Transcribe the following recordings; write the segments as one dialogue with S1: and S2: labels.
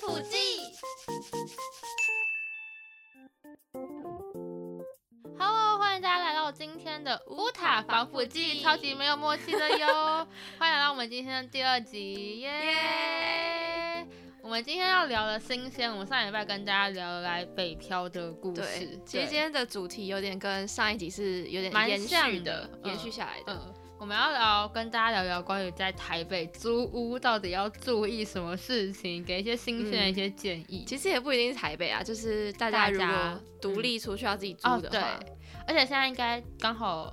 S1: 土记》。Hello，欢迎大家来到今天的乌塔防腐剂，超级没有默契的 哟！欢迎来到我们今天的第二集，耶、我们今天要聊的新鲜，我们上礼拜跟大家聊了来北漂的故事，
S2: 对，其实今
S1: 对
S2: 天的主题有点跟上一集是有点
S1: 蛮
S2: 延续
S1: 像的
S2: 延
S1: 嗯
S2: 续下来的。
S1: 嗯，我们要聊跟大家聊聊关于在台北租屋到底要注意什么事情，给一些新鲜的一些建议。
S2: 其实也不一定是台北啊，就是大家
S1: 大
S2: 如
S1: 家嗯
S2: 果独立出去要自己住的话，
S1: 哦对而且现在应该刚好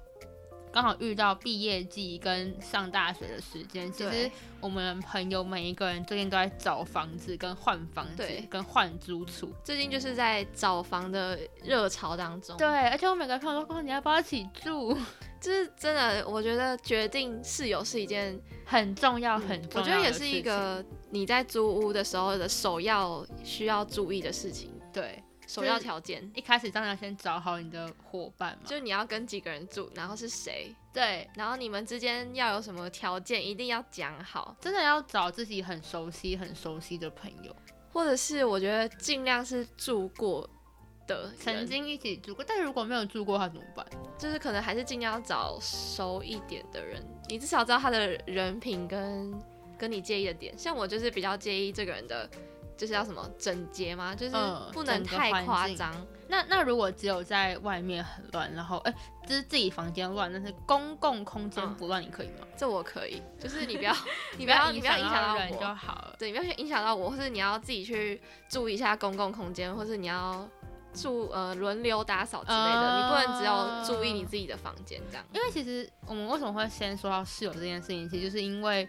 S1: 刚好遇到毕业季跟上大学的时间，其实
S2: 对
S1: 我们朋友每一个人最近都在找房子、跟换房子
S2: 对、
S1: 跟换租处。
S2: 最近就是在找房的热潮当中，
S1: 对，，而且我每个朋友都说你要不要一起住，
S2: 就是真的，我觉得决定室友是一件，嗯
S1: 很重要，哦很重
S2: 我
S1: 要。
S2: 觉得也是一，个你在租屋的时候的首要需要注意的事情，
S1: 对，
S2: 首
S1: 就是
S2: 要条件。
S1: 一开始当然要先找好你的伙伴嘛。
S2: 就你要跟几个人住，然后是谁，
S1: 对，
S2: 然后你们之间要有什么条件，一定要讲好。
S1: 真的要找自己很熟悉、很熟悉的朋友，
S2: 或者是我觉得尽量是住过的人，
S1: 曾经一起住过，但如果没有住过，他怎么办？
S2: 就是可能还是尽量找熟一点的人，你至少知道他的人品跟跟你介意的点。像我就是比较介意这个人的，就是要什么整洁嘛，就是
S1: 嗯
S2: 不能
S1: 整个
S2: 太
S1: 环
S2: 夸
S1: 境
S2: 张。
S1: 那那如果只有在外面很乱，然后哎、就是自己房间乱，但是公共空间
S2: 嗯
S1: 不乱，你可以吗？
S2: 这我可以，就是 你不要你不要你不要影响
S1: 人
S2: 到
S1: 就
S2: 我。
S1: 好了。
S2: 对，你不要去影响到我，或是你要自己去注意一下公共空间，或是你要住呃轮流打扫之类的，你不能只有注意
S1: 嗯
S2: 你自己的房间这样。
S1: 因为其实我们为什么会先说到室友这件事情，其实就是因为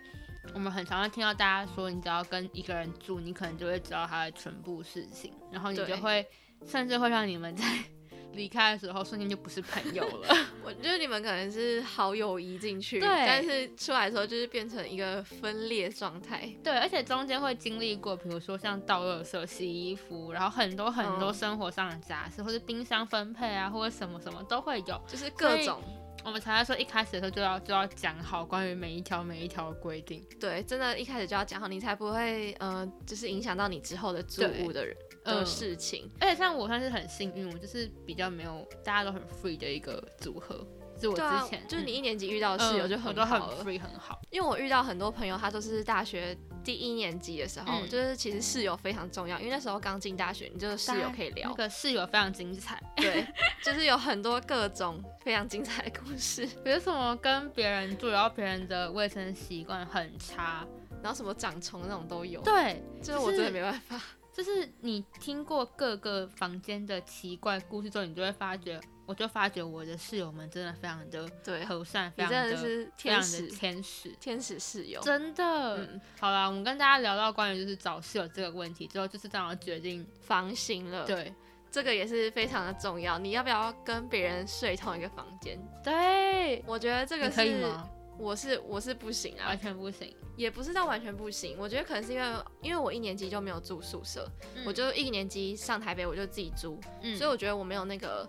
S1: 我们很常会听到大家说，你只要跟一个人住，你可能就会知道他的全部事情，然后你
S2: 对
S1: 就会甚至会让你们在 离开的时候瞬间就不是朋友了。
S2: 我觉得你们可能是好友谊进去，
S1: 对
S2: 但是出来的时候就是变成一个分裂状态。
S1: 对，而且中间会经历过，比如说像倒垃圾、洗衣服，然后很多很多
S2: 嗯
S1: 生活上的杂事，或是冰箱分配啊，或者什么什么都会有。
S2: 就是各种
S1: 我们才会说一开始的时候就要就要讲好关于每一条每一条的规定。
S2: 对，真的，一开始就要讲好，你才不会呃，就是影响到你之后的租
S1: 对
S2: 屋的人
S1: 嗯
S2: 的事情。
S1: 而且像我算是很幸运，我就是比较没有大家都很 free 的一个组合，是我
S2: 对啊
S1: 之前、，
S2: 就是你
S1: 嗯
S2: 一年级遇到的室
S1: 嗯
S2: 友就
S1: 我
S2: 很
S1: 都很
S2: 好了，
S1: free 很好。
S2: 因为我遇到很多朋友，他都是大学第一年级的时候，
S1: 嗯
S2: 就是其实室友非常重要，因为那时候刚进大学，你就是室友可以聊
S1: 那，个室友非常精彩，
S2: 对，就是有很多各种非常精彩的故事，
S1: 比如什么跟别人住，然后别人的卫生习惯很差，
S2: 然后什么长虫那种都有，
S1: 对，
S2: 就是我真
S1: 就是
S2: 的没办法。
S1: 就是你听过各个房间的奇怪故事之后，你就会发觉，我就发觉我的室友们真的非常的
S2: 对，
S1: 和善，非常
S2: 你真
S1: 的
S2: 的是
S1: 非常的
S2: 天使，
S1: 天使，
S2: 天使室友。
S1: 真的。
S2: 嗯，
S1: 好啦，我们跟大家聊到关于就是找室友这个问题之后，就是这样决定，
S2: 房型了，，
S1: 对
S2: 这个也是非常的重要。你要不要跟别人睡同一个房间？
S1: 对，
S2: 我觉得这个
S1: 你可以
S2: 是，
S1: 吗？
S2: 我是我是不行啊
S1: 完，全不行，
S2: 也不是到完全不行。我觉得可能是因为，因为我一年级就没有住宿舍，
S1: 嗯
S2: 我就一年级上台北我就自己租，
S1: 嗯
S2: 所以我觉得我没有那个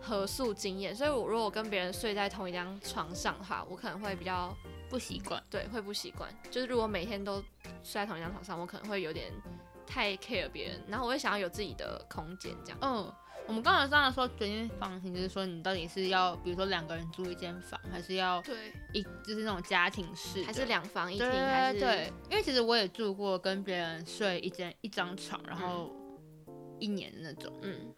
S2: 合宿经验，所以我如果我跟别人睡在同一张床上的话，我可能会比较
S1: 不习惯。
S2: 对，会不习惯。就是如果每天都睡在同一张床上，我可能会有点太 care 别人，然后我也想要有自己的空间，这样。
S1: 嗯，我们刚才上来说决定房型，就是说你到底是要，比如说两个人住一间房，还是要
S2: 对，
S1: 一就是那种家庭式的，
S2: 还是两房一厅，还
S1: 对
S2: 是
S1: 对，因为其实我也住过跟别人睡一间一张床，然后一年的那种。
S2: 嗯，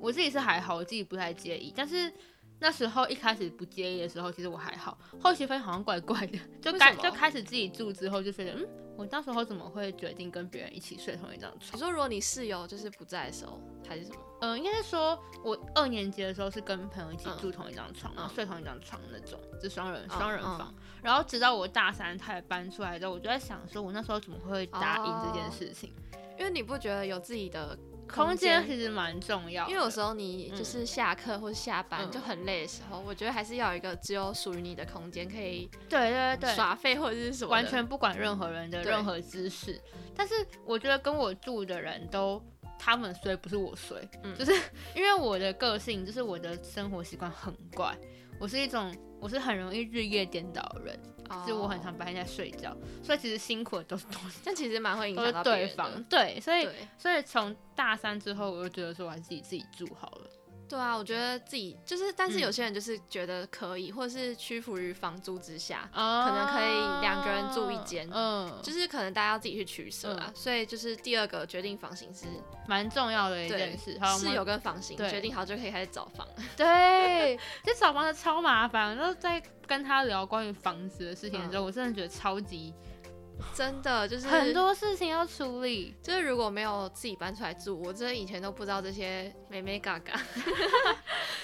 S1: 我自己是还好，我自己不太介意，但是那时候一开始不介意的时候，其实我还好，后期发现好像怪怪的，就
S2: 为
S1: 开
S2: 什么
S1: 就开始自己住之后就觉得，嗯，我到时候怎么会决定跟别人一起睡同一张
S2: 你
S1: 床？
S2: 说如果你室友就是不在的时候，还是什么？
S1: 嗯、应该是说我二年级的时候是跟朋友一起
S2: 嗯
S1: 住同一张床，然后
S2: 嗯
S1: 睡同一张床那种，就双人
S2: 嗯
S1: 双人
S2: 嗯
S1: 房。然后直到我大三才搬出来之后，我就在想说，我那时候怎么会答应
S2: 哦
S1: 这件事情？
S2: 因为你不觉得有自己的
S1: 空间
S2: 间？
S1: 其实蛮重要的，
S2: 因为有时候你就是下课或是下班
S1: 嗯
S2: 就很累的时候，我觉得还是要有一个只有属于你的空间，可以
S1: 对对对，
S2: 耍废或者是什么的哦
S1: 完全不管任何人的
S2: 对
S1: 任何姿势。但是我觉得跟我住的人都，他们睡不是我睡，
S2: 嗯
S1: 就是因为我的个性，就是我的生活习惯很怪。我是一种我是很容易日夜颠倒的人，就是我很
S2: 哦
S1: 常白天在睡觉，所以其实辛苦的都是都是
S2: 但其实蛮会影
S1: 都
S2: 响
S1: 是
S2: 到别
S1: 对
S2: 人的
S1: 方，对，所以
S2: 对
S1: 所以从大三之后，我就觉得说我还是自己自己住好了，
S2: 对啊，我觉得自己就是，但
S1: 嗯
S2: 是有些人就是觉得可以，或者是屈服于房租之下，
S1: 可
S2: 能哦可以两个人住一间
S1: 嗯，就
S2: 就是可能大家要自己去取舍
S1: 嗯
S2: 啊。所以就是第二个决定房型是
S1: 蛮重要的一
S2: 对
S1: 件事。好，我们
S2: 室友跟房型
S1: 对
S2: 决定好就可以开始找房。
S1: 对，这找房子超麻烦。然后在跟他聊关于房子的事情的时候，我真的觉得超级
S2: 真的嗯就是
S1: 很，多事情要处理。
S2: 就是如果没有自己搬出来住，我真的以前都不知道这些美美嘎嘎。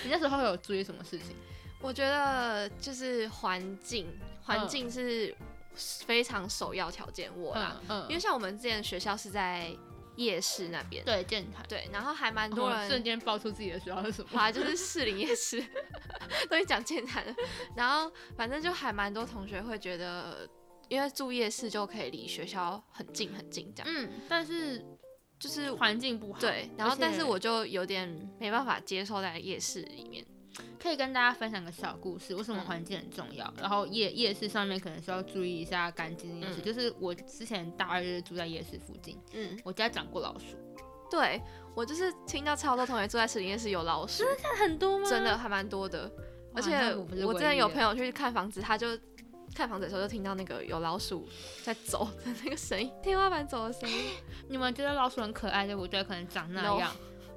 S1: 你那时候有注意什么事情？
S2: 我觉得就是环境，环
S1: 嗯
S2: 境是非常首要条件我啦，
S1: 嗯嗯，
S2: 因为像我们之前学校是在夜市那边，
S1: 对哦电台，
S2: 对，然后还蛮多
S1: 我
S2: 人
S1: 瞬间爆出自己的学校是什么？
S2: 好啊，就是士林夜市， 都会讲健谈。然后反正就还蛮多同学会觉得，因为住夜市就可以离学校很近很近，这样、
S1: 嗯，但是
S2: 就是
S1: 环境不好。
S2: 对。然后
S1: 嗯而，且
S2: 但是我就有点没办法接受在夜市里面。
S1: 可以跟大家分享个小故事，为什
S2: 嗯
S1: 么环境很重要？然后夜夜市上面可能需要注意一下干净这件事。
S2: 嗯
S1: 就是我之前大二就是住在夜市附近，
S2: 嗯，
S1: 我家长过老鼠，
S2: 对我就是听到超多同学住在士林夜市有老鼠，
S1: 但很多吗？
S2: 真的还蛮多的。而且
S1: 那我不是
S2: 我
S1: 唯
S2: 之前
S1: 一
S2: 有
S1: 的
S2: 朋友去看房子，他就看房子的时候就听到那个有老鼠在走的那个声音，天花板走的声音。
S1: 你们觉得老鼠很可爱，对不对？可能长那
S2: No
S1: 样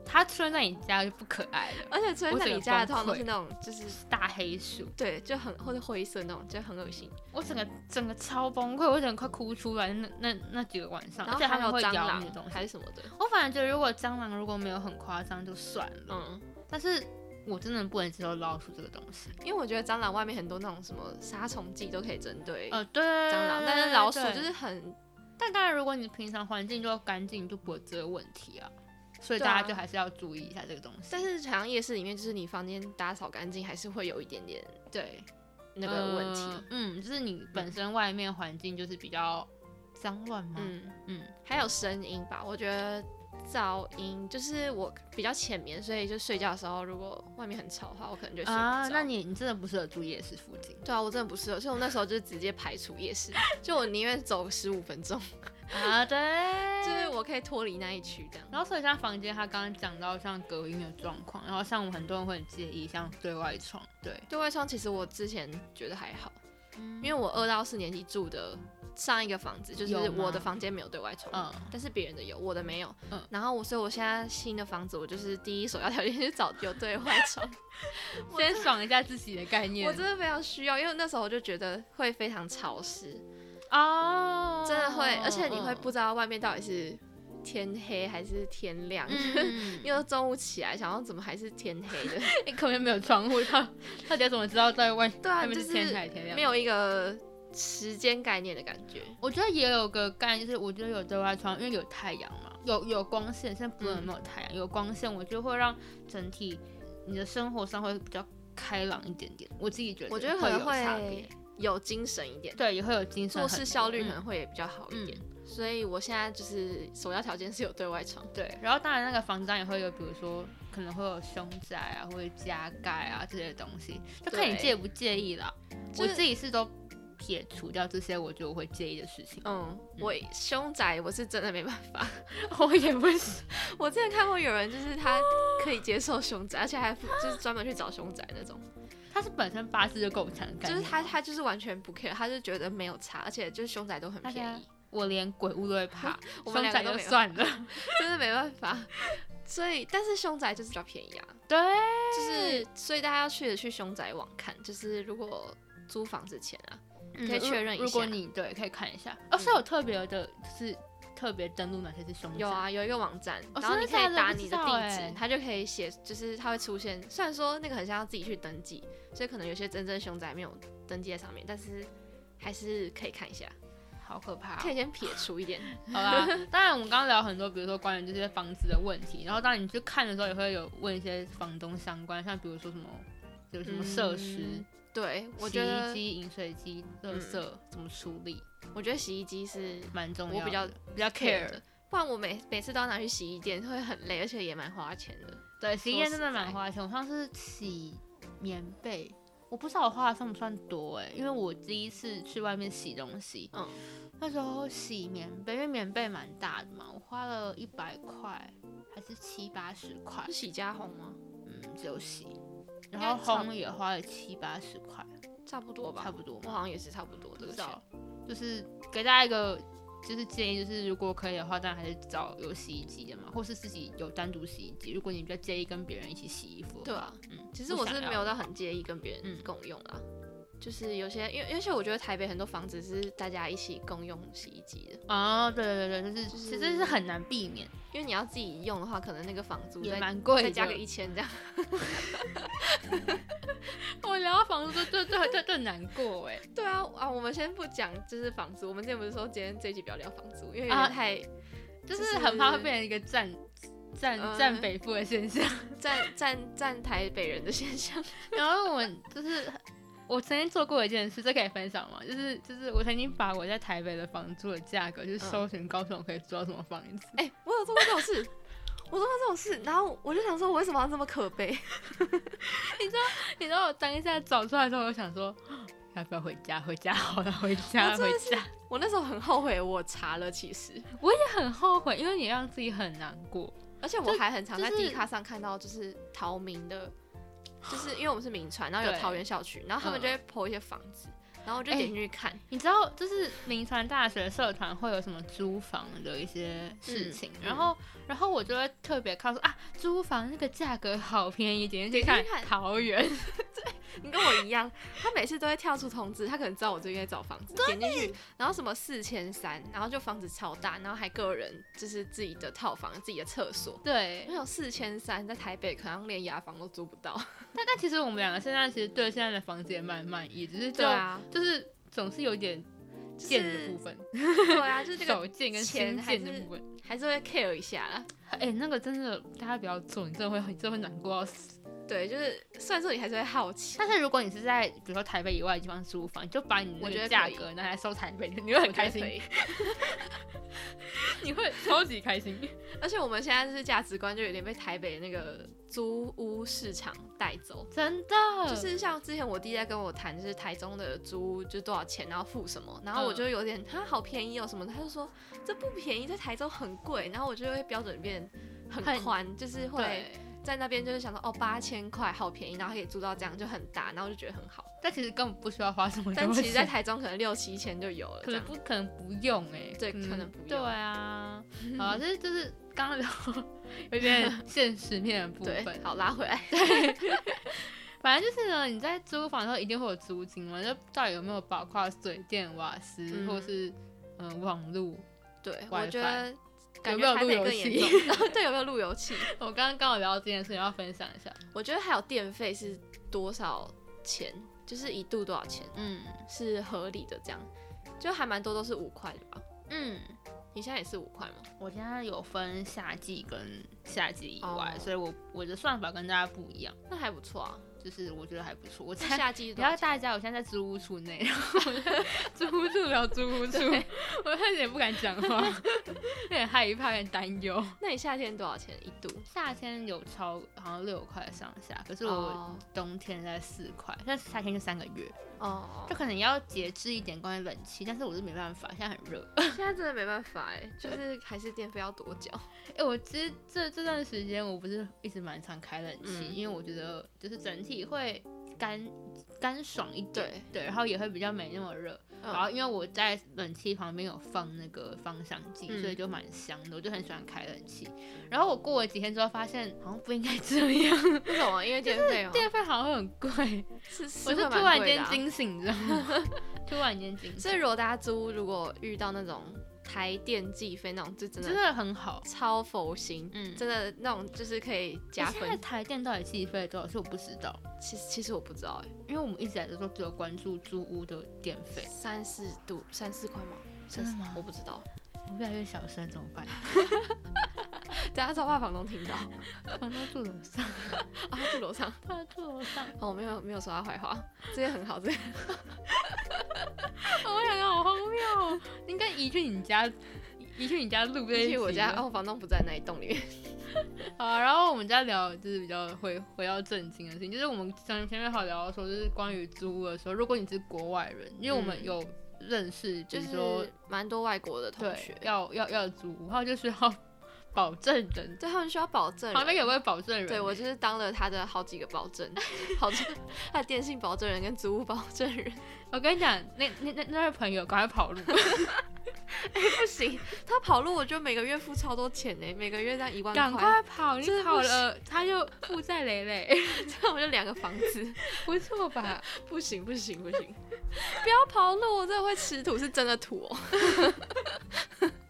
S1: 它出现在你家就不可爱了。
S2: 而且出现
S1: 我
S2: 在
S1: 整
S2: 你
S1: 个
S2: 家的
S1: 崩
S2: 通常都
S1: 溃
S2: 是那种就是
S1: 大黑鼠，
S2: 对，就很或者灰色那种，就很恶心。
S1: 我整个整个超崩溃，我整个快哭出来。那那那几个晚上，
S2: 然
S1: 而
S2: 后
S1: 且它
S2: 还有
S1: 嗯们会
S2: 蟑
S1: 咬你的
S2: 螂
S1: 东
S2: 还
S1: 西。
S2: 是什么的，
S1: 我反而觉得，如果蟑螂如果没有很夸张就算了，
S2: 嗯，
S1: 但是我真的不能接受老鼠这个东西。
S2: 因为我觉得蟑螂外面很多那种什么杀虫剂都可以针对
S1: 呃，对，
S2: 蟑螂，但是老鼠
S1: 对
S2: 就是很
S1: 但当然，如果你平常环境就干净，就不会有这个问题啊。所以
S2: 对
S1: 大
S2: 啊
S1: 家就还是要注意一下这个东西。
S2: 但是好像夜市里面就是你房间打扫干净还是会有一点点
S1: 对
S2: 那个问题，
S1: 嗯，嗯，就是你本身外面环境就是比较脏乱嘛。
S2: 嗯
S1: 嗯
S2: 还有声音吧，我觉得。噪音就是我比较浅眠，所以就睡觉的时候，如果外面很吵的话，我可能就睡不着。
S1: 啊，那你你真的不适合住夜市附 近
S2: 对啊，我真的不适合，所以我那时候就直接排除夜市，就我宁愿走十五分钟，
S1: 啊？对，
S2: 就是我可以脱离那一区这样。
S1: 然后所以像房间，他刚刚讲到像隔音的状况，然后像我们很多人会很介意像对外窗，对，
S2: 对外窗其实我之前觉得还好，因为我二到四年级住的上一个房子，就是
S1: 有吗
S2: 我的房间没有对外窗，
S1: 嗯
S2: 但是别人的有，我的没有。
S1: 嗯
S2: 然后我所以我现在新的房子，我就是第一首要条件是找有对外 窗，
S1: 先爽一下自己的概念。
S2: 我真的非常需要，因为那时候我就觉得会非常潮湿，
S1: 哦，
S2: 真的会，而且你会
S1: 嗯
S2: 不知道外面到底是天黑还是天亮。
S1: 嗯，
S2: 因为中午起来，想要怎么还是天黑 的？
S1: 你可能没有窗户，他他姐怎么知道在外？
S2: 对啊，
S1: 外面
S2: 就是
S1: 天台天亮
S2: 没有一个时间概念的感觉。
S1: 我觉得也有个概念，就是我觉得有对外窗，因为有太阳嘛，有有光线。现在不论有没有太阳，有光线，我就会让整体你的生活上会比较开朗一点点。我自己觉得，
S2: 我觉得可能
S1: 有差别
S2: 会，有精神一点，
S1: 对，也会有精神
S2: 做
S1: 很多，
S2: 事效率可
S1: 嗯
S2: 能会也比较好一点。
S1: 嗯
S2: 所以我现在就是首要条件是有对外窗。
S1: 对，然后当然那个房子当然也会有，比如说可能会有凶宅啊，或者加盖啊这些东西，就看你
S2: 对
S1: 介不介意啦。
S2: 就
S1: 我
S2: 是。
S1: 自己是都撇除掉这些，我觉得我会介意的事情
S2: 嗯，我凶宅我是真的没办法。
S1: 我也不是，
S2: 我之前看过有人就是他可以接受凶宅，而且还就是专门去找凶宅那种，
S1: 他是本身八字就够强，
S2: 就是他他就是完全不 care，他就觉得没有差，而且就是凶宅都很
S1: 大
S2: 便
S1: 家
S2: 宜，
S1: 我连鬼屋都会怕，
S2: 我们
S1: 凶
S2: 两
S1: 宅就
S2: 个都没有
S1: 算了。
S2: 真的没办法。所以但是凶宅就是比较便宜啊，
S1: 对，
S2: 就是所以大家要去的去凶宅网看，就是如果租房之前啊，
S1: 嗯
S2: 可以
S1: 如
S2: 确认一
S1: 如果
S2: 下嗯
S1: 你对，可以看一下。哦，是有特别的，就是特别登录哪些是凶宅。
S2: 有，啊，有一个网站，
S1: 哦
S2: 然后
S1: 真的
S2: 你可
S1: 假
S2: 以
S1: 的
S2: 打
S1: 不
S2: 你
S1: 知
S2: 的
S1: 道
S2: 地址，
S1: 欸
S2: 它就可以写，就是它会出现。虽然说那个很像要自己去登记，所以可能有些真正凶宅没有登记在上面，但是还是可以看一下，
S1: 好可怕、
S2: 可
S1: 哦
S2: 以。先撇除一点。
S1: 好啦，当然我们刚刚聊很多，比如说关于这些房子的问题，然后当你去看的时候，也会有问一些房东相关，像比如说什么有 什么设施
S2: 嗯、对，我
S1: 洗
S2: 觉
S1: 衣
S2: 得，
S1: 机、饮水机、垃圾、怎么处理，
S2: 我觉得洗衣机是
S1: 蛮重要的。
S2: 我比较
S1: 比较
S2: care
S1: care，
S2: 的，不然我每每次都要拿去洗衣店，会很累，而且也蛮花钱的。
S1: 对，洗衣
S2: 说
S1: 店
S2: 实
S1: 真的蛮
S2: 在
S1: 花钱。我上次洗棉被，我不知道我花的算不算多哎、因为我第一次去外面洗东西，
S2: 嗯，
S1: 那时候洗棉被，因为棉被蛮大的嘛，我花了一百块还是七八十块
S2: 是，洗加红吗？
S1: 嗯，只有洗，
S2: 应该
S1: 然后
S2: 差不
S1: 烘也花了七八十块，
S2: 差不多吧，
S1: 差不多
S2: 我
S1: 嘛，
S2: 好像也是差不多这
S1: 不
S2: 个
S1: 知
S2: 钱。
S1: 道，就是给大家一个就是建议，就是如果可以的话，当然还是找有洗衣机的嘛，或是自己有单独洗衣机。如果你比较介意跟别人一起洗衣服，
S2: 对，啊，
S1: 嗯，
S2: 其实我是
S1: 不想要
S2: 没有到很介意跟别人
S1: 嗯
S2: 共用啦，就是有些因为，而且我觉得台北很多房子是大家一起共用洗衣机的，
S1: 啊，对对对对，就是
S2: 就是
S1: 其实是很难避免，
S2: 因为你要自己用的话，可能那个房租
S1: 也
S2: 再
S1: 蛮贵
S2: 再
S1: 的。
S2: 加个一千这样。
S1: 我聊到房租，就就就就很难过哎。
S2: 对啊，啊，我们先不讲就是房租，我们之前不是说今天这一集不要聊房租，因为有
S1: 啊
S2: 点太
S1: 就是嗯
S2: 是
S1: 很怕会变成一个占占
S2: 呃
S1: 占北部的现象。
S2: 占占占台北人的现象。
S1: 然后我就是我曾经做过一件事，这可以分享吗？就是就是我曾经把我在台北的房租的价格，就是搜寻高雄可以租到什么房子。
S2: 嗯哎、我有做过这种事，我做过这种事，然后我就想说，我为什么要这么可悲？
S1: 你知道我当下找出来之后，我想说。要不要回家？回家好了，回家
S2: 我真
S1: 回
S2: 的是
S1: 家。
S2: 我那时候很后悔，我查了，其实，
S1: 我也很后悔，因为你让自己很难过。
S2: 而且我还很常在
S1: 就是
S2: 地卡上看到，就是陶明 的，就是因为我们是名传，然后有
S1: 对
S2: 桃园校区，然后他
S1: 嗯
S2: 们就会 po 一些房子，然后我就
S1: 哎
S2: 点进去看，
S1: 你知道，就是名传大学社团会有什么租房的一些事情，
S2: 嗯嗯
S1: 然后，然后我就会特别看说啊，租房那个价格好便宜，点进去
S2: 点
S1: 看
S2: 进去看
S1: 桃园，
S2: 你跟我一样，他每次都会跳出通知，他可能知道我最近在找房子，点进去，然后什么四千三，然后就房子超大，然后还个人就是自己的套房、自己的厕所。
S1: 对
S2: 那。种四千三，在台北可能连牙房都租不到。
S1: 但但其实我们两个现在其实对现在的房子也蛮满意，只是就、
S2: 对啊，
S1: 就是总是有点
S2: 就
S1: 贱的部
S2: 是
S1: 分，
S2: 对啊，就是这个
S1: 手贱跟
S2: 钱
S1: 心
S2: 还
S1: 贱的
S2: 是
S1: 部分。
S2: 还是会 care 一下啦。
S1: 哎、那个真的大家不要做，你真的会很真的会难过要死。
S2: 对，就是虽然说你还是会好奇，
S1: 但是如果你是在比如说台北以外的地方租房，你就把你那
S2: 我觉
S1: 个
S2: 得
S1: 价
S2: 可以
S1: 格拿来收台北，你会很
S2: 我觉得
S1: 开
S2: 可
S1: 心。
S2: 以。
S1: 你会超级开心。
S2: 而且我们现在就是价值观就有点被台北那个租屋市场带走。
S1: 真的，
S2: 就是像之前我弟在跟我谈，就是台中的租屋就是多少钱，然后付什么，然
S1: 嗯
S2: 后我就有点他好便宜哦什么的，他就说这不便宜，在台中很贵，然后我就会标准变很
S1: 很
S2: 宽，就是会
S1: 对。
S2: 在那边就是想说哦八千块好便宜，然后可以租到这样就很大，然后就觉得很好。
S1: 但其实根本不需要花什么
S2: 但
S1: 东
S2: 其
S1: 西，
S2: 实，在台中可能六七千就有了，
S1: 可能不可能不用哎、
S2: 对
S1: 嗯
S2: 可能不用
S1: 对啊，好啊，就是就是刚刚聊有点现实面的部
S2: 这样
S1: 分
S2: 对。。好拉回来，
S1: 反正就是呢，你在租房的时候一定会有租金嘛，就到底有没有包括水电、瓦斯，
S2: 嗯
S1: 或是嗯、呃网路。，
S2: 对我觉得感
S1: 有没
S2: 觉
S1: 有
S2: 台
S1: 路
S2: 北
S1: 由
S2: 更严
S1: 器？
S2: 重。 然后对，有没有路由器？
S1: 我刚刚刚好聊到这件事，要分享一下。
S2: 我觉得还有电费是多少钱，就是一度多少钱
S1: 嗯
S2: 是合理的，这样就还蛮多都是五块的吧。
S1: 嗯，
S2: 你现在也是五块吗？
S1: 我现在有分夏季跟夏季以外，
S2: 哦
S1: 所以我我的算法跟大家不一样，
S2: 那还不错啊。
S1: 就是我觉得还不错。我
S2: 那
S1: 才
S2: 夏季是
S1: 不
S2: 多少
S1: 要
S2: 钱？
S1: 大家，我现在在租屋处内，然后我在 租屋处聊租屋处，我有点不敢讲话， 有点害怕，有点担忧。
S2: 那你夏天多少钱一度？
S1: 夏天有超好像六块上下，可是我
S2: 哦
S1: 冬天在四块，但是夏天就三个月，
S2: 哦
S1: 就，可能要节制一点关于冷气，但是我是没办法，现在很热。
S2: 现在真的没办法哎，就是还是电费要多 交。
S1: 哎、我其实这这段时间我不是一直蛮常开冷气，
S2: 嗯
S1: 因为我觉得就是整体会干干爽一点，
S2: 对，
S1: 对，然后也会比较没那么热。然后
S2: 嗯，
S1: 因为我在冷气旁边有放那个芳香剂，
S2: 嗯
S1: 所以就蛮香的，我就很喜欢开冷气。然后我过了几天之后，发现好像不应该这 样，
S2: 为什么？因为电费哦，
S1: 电费好像会很贵。
S2: 是是
S1: 我
S2: 会
S1: 是
S2: 蛮
S1: 突然
S2: 贵的
S1: 间
S2: 啊
S1: 惊醒，你知道吗？ 突然间惊醒，
S2: 所以如果大家租，如果遇到那种台电计费那种，就真
S1: 真
S2: 的
S1: 的很好。
S2: 超佛心，
S1: 嗯，
S2: 真的那种就是可以加
S1: 现在
S2: 分。
S1: 台电到底计费多少？是我不知道，
S2: 其实其实我不知道哎、
S1: 因为我们一直来的时候只有关注租屋的电费。
S2: 三四度三四块吗？
S1: 真的
S2: 三四
S1: 吗
S2: 我不知道，
S1: 我越来越小声，怎么 办？
S2: 等下超怕房东听到啊，
S1: 房东住楼上，
S2: 他住楼上
S1: 房东住楼上，
S2: 哦，没有没有说他坏话，这些很好，这些
S1: 我想想好荒谬哦！应该移去你家，移去你家录这一
S2: 去我哦
S1: 集
S2: 家哦，房东不在那一栋里面，
S1: 好啊，然后我们再聊就是比较回回到正经的事情，就是我们前前面好聊的时候，就是关于租屋的时候，如果你是国外人，因为我们
S2: 嗯
S1: 有认识，
S2: 就
S1: 比如说
S2: 是蛮多外国的同
S1: 对
S2: 学，
S1: 要要要租屋，还有就是要 保证人，
S2: 对他们需要保证人。
S1: 旁边有位保证人，
S2: 对我就是当了他的好几个保 证，保证他的电信保证人跟租屋保证人。
S1: 我跟你讲，那那那那位朋友赶快跑路，
S2: 不行，他跑路我就每个月付超多钱呢，每个月这样一万
S1: 赶
S2: 块，
S1: 快跑，你
S2: 真的
S1: 跑
S2: 不
S1: 了他就负债累 累，
S2: 这 样我就两个房子，
S1: 不错吧？
S2: 不行不行不行， 不要跑路，我真的会吃土，是真的土哦。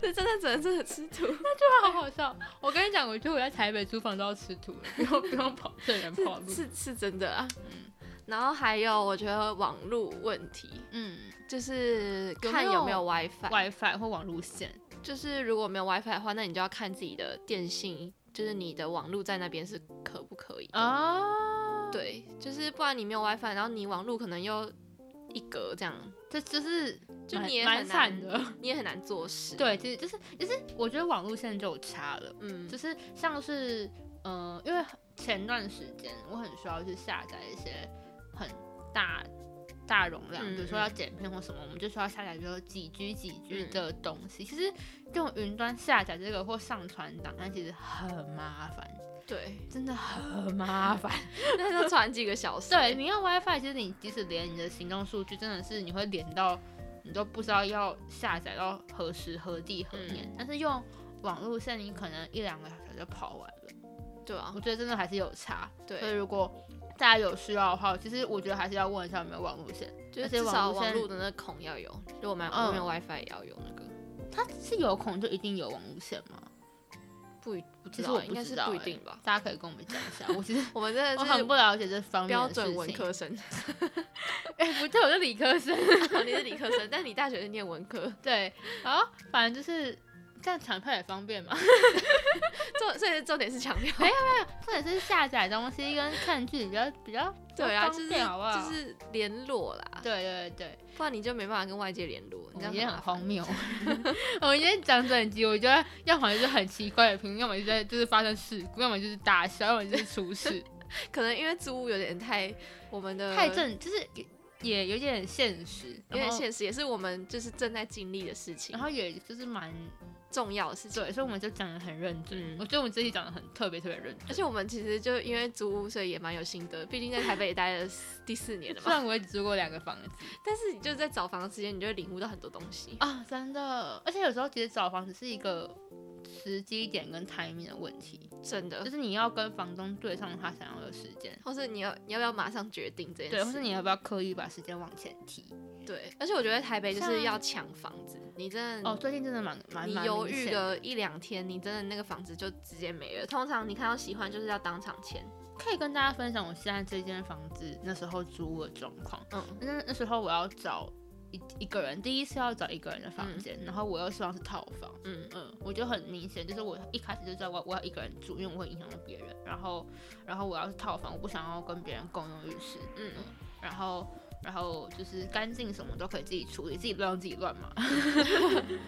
S2: 这真的只能真的吃土，
S1: 好好笑！我跟你讲，我觉得我在台北租房都要吃土了，不用不用跑证人跑路。
S2: 是是真的啊。然后还有，我觉得网路问题，
S1: 嗯
S2: 就是
S1: 有
S2: 看
S1: 没
S2: 有没
S1: 有
S2: 有 WiFi，
S1: ，WiFi 或网路线，
S2: 就是如果没有 WiFi 的话，那你就要看自己的电信，就是你的网路在那边是可不可以的
S1: 哦，，
S2: 对，就是不然你没有 WiFi，然后你网路可能又一格这样，
S1: 这就是
S2: 就
S1: 蛮
S2: 你也
S1: 蛮
S2: 很
S1: 惨
S2: 难，
S1: 的。
S2: 你也很难做事。，
S1: 对，其实就是就是，我觉得网路线就有差了，
S2: 嗯，
S1: 就是像是呃，因为前段时间我很需要去下载一些很大。大容量，
S2: 嗯
S1: 比如说要剪片或什么，我们就需要下载，比如说几 G 几 G
S2: 嗯
S1: 的东西。其实用云端下载这个或上传档案，其实很麻烦。
S2: 对，
S1: 真的很麻 烦。
S2: 那就传几个小时。
S1: 对，，你用 WiFi，其实你即使连你的行动数据，真的是你会连到你都不知道要下载到何时何地何年。
S2: 嗯
S1: 但是用网路线，你可能一两个小时就跑完了。
S2: 对啊
S1: 我，觉得真的还是有差。所以
S2: 对，
S1: 如果大家有需要的话，其实我觉得还是要问一下有没有网路线。
S2: 就是
S1: 而且
S2: 至
S1: 网
S2: 少
S1: 路
S2: 网
S1: 现
S2: 路的那个孔要有，如果买
S1: 嗯
S2: 我没有 WiFi 也要有那个，
S1: 它是有孔就一定有网路线吗？
S2: 不一不
S1: 其
S2: 知
S1: 实
S2: 道
S1: 我
S2: 欸，应该
S1: 知
S2: 是
S1: 道
S2: 不一
S1: 欸
S2: 定吧。
S1: 大家可以跟我们讲一下。我其 实
S2: 我们真
S1: 我
S2: 的
S1: 很
S2: 是
S1: 不了解这方面
S2: 标
S1: 的事
S2: 准文
S1: 情。
S2: 科生，
S1: 哎、不对，我是理科生。
S2: 哦你是理科生，但你大学是念文科，
S1: 对，然后反正就是这样抢票也方便嘛。
S2: 重所以重点是抢票。
S1: 哎重点是下载东西跟看剧比较比较
S2: 对啊，
S1: 比较
S2: 就
S1: 方
S2: 是
S1: 便好不好？
S2: 就是联络啦，
S1: 对对对，
S2: 不然你就没办法跟外界联络，
S1: 我们
S2: 你这
S1: 今天
S2: 样
S1: 哦很
S2: 麻烦
S1: 荒 谬。我们今天讲整集，我觉得要么就是很奇怪的评论，要么就是在就是发生事故，要么就是打消，要么就是出事，
S2: 可能因为租屋有点太我们的
S1: 太，正就是也也有呃点现实，
S2: 有点
S1: 然后。
S2: 现实，也是我们就是正在经历的事情
S1: 然，后也就是蛮
S2: 重要的事情。
S1: 对，所以我们就讲的很认真。
S2: 嗯
S1: 我觉得我们这期讲的很特别特别认真，
S2: 而且我们其实就因为租屋，所以也蛮有心得。毕竟在台北也待了第四年了
S1: 虽
S2: 嘛，
S1: 然我也只租过两个房子。
S2: 但是你就在找房的时间，你就会领悟到很多东西。
S1: 啊，真的，而且有时候其实找房子是一个时机点跟 timing 的问题，
S2: 真
S1: 就
S2: 的，
S1: 是你要跟房东对上他想要的时间，
S2: 或是你要你要不要马上决定这件
S1: 对，
S2: 事？
S1: 或是你要不要刻意把时间往前提？
S2: 对而且我觉得台北就
S1: 像
S2: 是要抢房子，你真的。
S1: 哦，最近真的蛮蛮
S2: 你
S1: 蛮
S2: 犹
S1: 明
S2: 豫
S1: 显
S2: 个一两天，你真的那个房子就直接没了。通常你看到喜欢就是要当场签，
S1: 可以跟大家分享我现在这间房子那时候租的状况。
S2: 嗯，
S1: 那那时候我要找一一个人，第一次要找一个人的房
S2: 嗯
S1: 间，然后我又希望是套房。
S2: 嗯
S1: 嗯，我就很明显，就是我一开始就知道我我要一个人住，因为我会影响到别人。然后，然后我要是套房，我不想要跟别人共用浴室。
S2: 嗯，
S1: 然后，然后就是干净什么都可以自己处理，自己乱自己乱 嘛。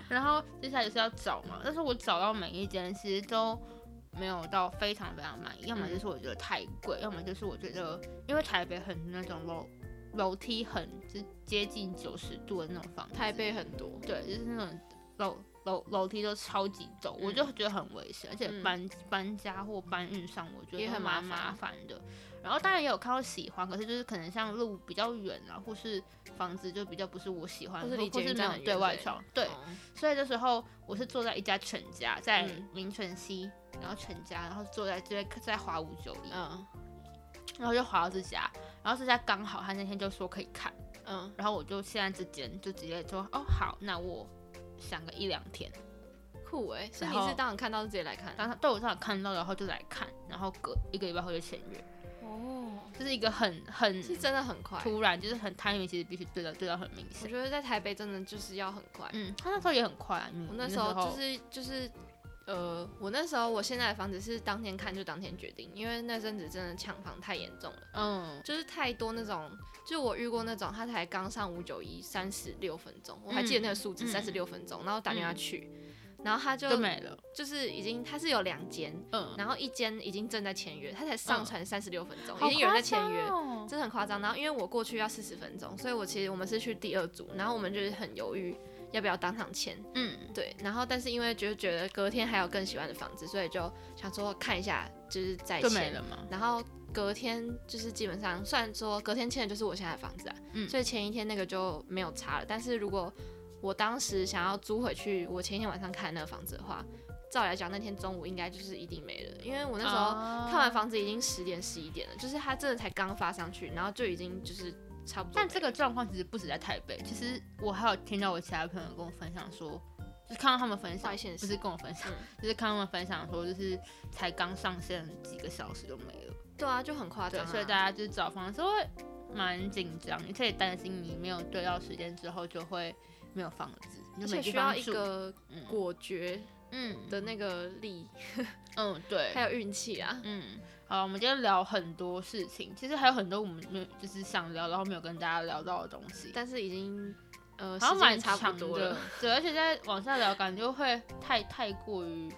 S1: 然后接下来就是要找嘛，但是我找到每一间其实都没有到非常非常满意，要么就是我觉得太贵，要么就是我觉得因为台北很那种楼楼梯很就是接近九十度的那种房子，
S2: 台北很多，
S1: 对，就是那种楼楼楼梯都超级陡，我就觉得很危险，而且
S2: 嗯
S1: 搬搬家或搬运上，我觉得
S2: 也
S1: 都
S2: 很
S1: 蛮
S2: 麻
S1: 麻
S2: 烦
S1: 烦的。然后当然也有看到喜欢，可是就是可能像路比较远啊，或是房子就比较不是我喜欢，
S2: 或
S1: 或
S2: 是离捷
S1: 是
S2: 运
S1: 没
S2: 站
S1: 有
S2: 很
S1: 对
S2: 远
S1: 外
S2: 之类
S1: 窗。对，
S2: 哦
S1: 所以这时候我是坐在一家全家，在
S2: 嗯
S1: 民权西，然后全家，然后坐在这在华五九一，
S2: 嗯
S1: 然后就滑到这家，然后这家刚好他那天就说可以看，
S2: 嗯，
S1: 然后我就现在之间就直接说哦好，那我想个一两天。
S2: 酷哎、所以
S1: 然
S2: 你
S1: 后
S2: 是当场看到直接来看，
S1: 当他对我上看到，然后就来看，然后隔一个礼拜后就签约，
S2: 哦，
S1: 这是一个很很
S2: 是真的很快。
S1: 突然，就是很 timing，其实必须对到对到很明
S2: 我
S1: 显。
S2: 觉得在台北真的就是要很快。
S1: 嗯，他那时候也很快啊，你
S2: 我
S1: 你
S2: 那
S1: 那
S2: 时
S1: 候
S2: 候就是就是呃，我那时候我现在的房子是当天看就当天决定，因为那阵子真的抢房太严重了，
S1: 嗯
S2: 就是太多那种，就我遇过那种他才刚上五九一三十六分钟，我还记得那个数字
S1: 嗯
S2: 三十六分钟，然后打电话去。然后他就
S1: 就没了。
S2: 就是已经他是有两间，
S1: 嗯，
S2: 然后一间已经正在签约，他才上传三十六分钟，
S1: 好
S2: 已经有人在
S1: 夸
S2: 签
S1: 张
S2: 约，
S1: 哦
S2: 真的很夸张。然后因为我过去要四十分钟，所以我其实我们是去第二组，然后我们就是很犹豫要不要当场签，
S1: 嗯，
S2: 对。然后但是因为就觉得隔天还有更喜欢的房子，所以就想说看一下，就是再
S1: 就没
S2: 签。
S1: 了吗？
S2: 然后隔天就是基本上，虽然说隔天签的就是我现在的房子啊，
S1: 嗯
S2: 所以前一天那个就没有差了。但是如果我当时想要租回去，我前一天晚上看那个房子的话，照理来讲那天中午应该就是一定没了，因为我那时候
S1: 哦
S2: 看完，房子已经十点十一点了，就是它真的才刚发上去，然后就已经就是差不多没了。
S1: 但这个状况其实不止在台北，其实我还有听到我其他朋友跟我分享说，就是看到他们分享
S2: 外，线
S1: 不是跟我分享，
S2: 嗯
S1: 就是看他们分享说，就是才刚上线几个小时就没了。
S2: 对啊，就很夸
S1: 对
S2: 张、，啊。
S1: 所以大家就是找房的时候会哎蛮紧张，你可以担心你没有对到时间之后就会没有房子，你
S2: 而
S1: 就没
S2: 且
S1: 地
S2: 需要
S1: 方
S2: 一
S1: 住。
S2: 个
S1: 嗯
S2: 果决
S1: 嗯
S2: 的那个力，
S1: 嗯，
S2: 还
S1: 对，
S2: 有运气啊。
S1: 嗯，好，我们今天聊很多事情，其实还有很多我们没有就是想聊，然后没有跟大家聊到的东西，
S2: 但是已经
S1: 好
S2: 呃，
S1: 像
S2: 时间也
S1: 蛮
S2: 差
S1: 长
S2: 不多
S1: 的
S2: 了。，
S1: 对，而且在往下聊，感觉会太太过于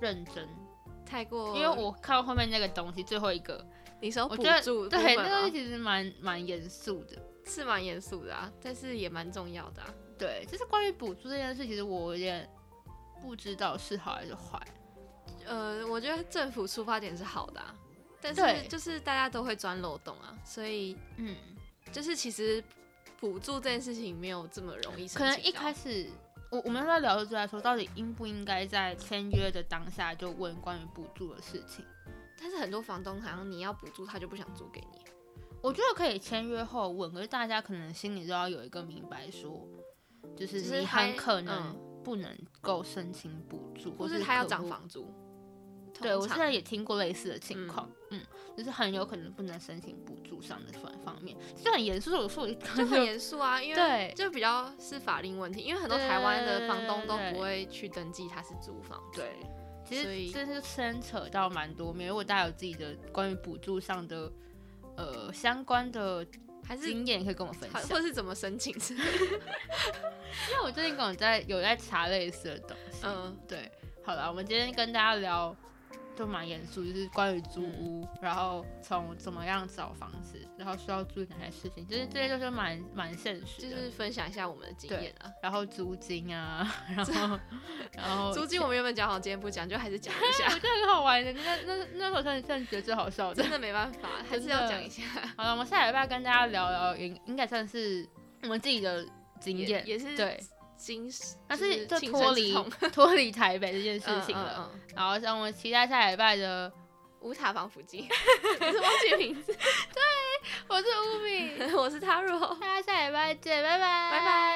S1: 认真，
S2: 太过，
S1: 因为我看到后面那个东西最后一个，
S2: 你说
S1: 我
S2: 哦补
S1: 觉得
S2: 助部
S1: 对，
S2: 分啊
S1: 那
S2: 吗
S1: 个其实蛮蛮严肃的。
S2: 是蛮严肃的啊，但是也蛮重要的、啊。
S1: 对，就是关于补助这件事，其实我有点不知道是好还是坏。
S2: 呃，我觉得政府出发点是好的、啊，但是
S1: 对
S2: 就是大家都会钻漏洞啊，所以
S1: 嗯，
S2: 就是其实补助这件事情没有这么容易申请
S1: 可
S2: 到。
S1: 能一开始我我们在聊的时候来说，到底应不应该在签约的当下就问关于补助的事情？
S2: 但是很多房东好像你要补助，他就不想租给你。
S1: 我觉得可以签约后问，可是大家可能心里都要有一个明白说，就是
S2: 就是
S1: 你
S2: 他嗯
S1: 很可能不能够申请补助，
S2: 或
S1: 是
S2: 是他要
S1: 可
S2: 涨
S1: 不。
S2: 房租。
S1: 对，我现
S2: 通常
S1: 在也听过类似的情况，嗯就是很有可能不能申请补助上的方方面，这很严肃。我说我
S2: 就 很严肃啊，因 为
S1: 对，
S2: 就比较是法令问题，因为很多
S1: 欸对
S2: 台湾的
S1: 对
S2: 房东都
S1: 对
S2: 不会去登记他是租房 子。
S1: 对，其
S2: 所以
S1: 实这是牵扯到蛮多面。如果大家有自己的关于补助上的呃相关的
S2: 还是
S1: 经验，可以跟我分
S2: 好
S1: 享。
S2: 或是怎么申请之 类的？
S1: 因为我最近跟我在有在查类似的东西。
S2: 嗯，
S1: 对，好了，我们今天跟大家聊就蛮严肃，就是关于租屋，然后从怎么样找房子，然后需要注意哪些事情，就是这些就是蛮蛮现实
S2: 就
S1: 的。
S2: 是分享一下我们的经验啊。
S1: 然后租金啊， 然后然后啊
S2: 租金我们原本讲好今天不讲，就还是讲 一下，
S1: 我觉得很好玩的，那那那时候真的真的觉得最好笑的。
S2: 真的没办法，还是要讲一下
S1: 好了，我们下礼拜跟大家聊聊，应应该算是我们自己的经
S2: 也
S1: 验，
S2: 也是
S1: 对，
S2: 经，
S1: 但
S2: 就是
S1: 就
S2: 亲身
S1: 脱
S2: 之
S1: 离
S2: 痛
S1: 脱离台北这件事情了。
S2: 嗯嗯嗯
S1: 然后让我们期待下礼拜的，
S2: 五塔防腐剂， 你是忘记名 字，
S1: 我是乌比，
S2: 我是他若。
S1: 大家下礼拜见，拜拜，
S2: 拜拜。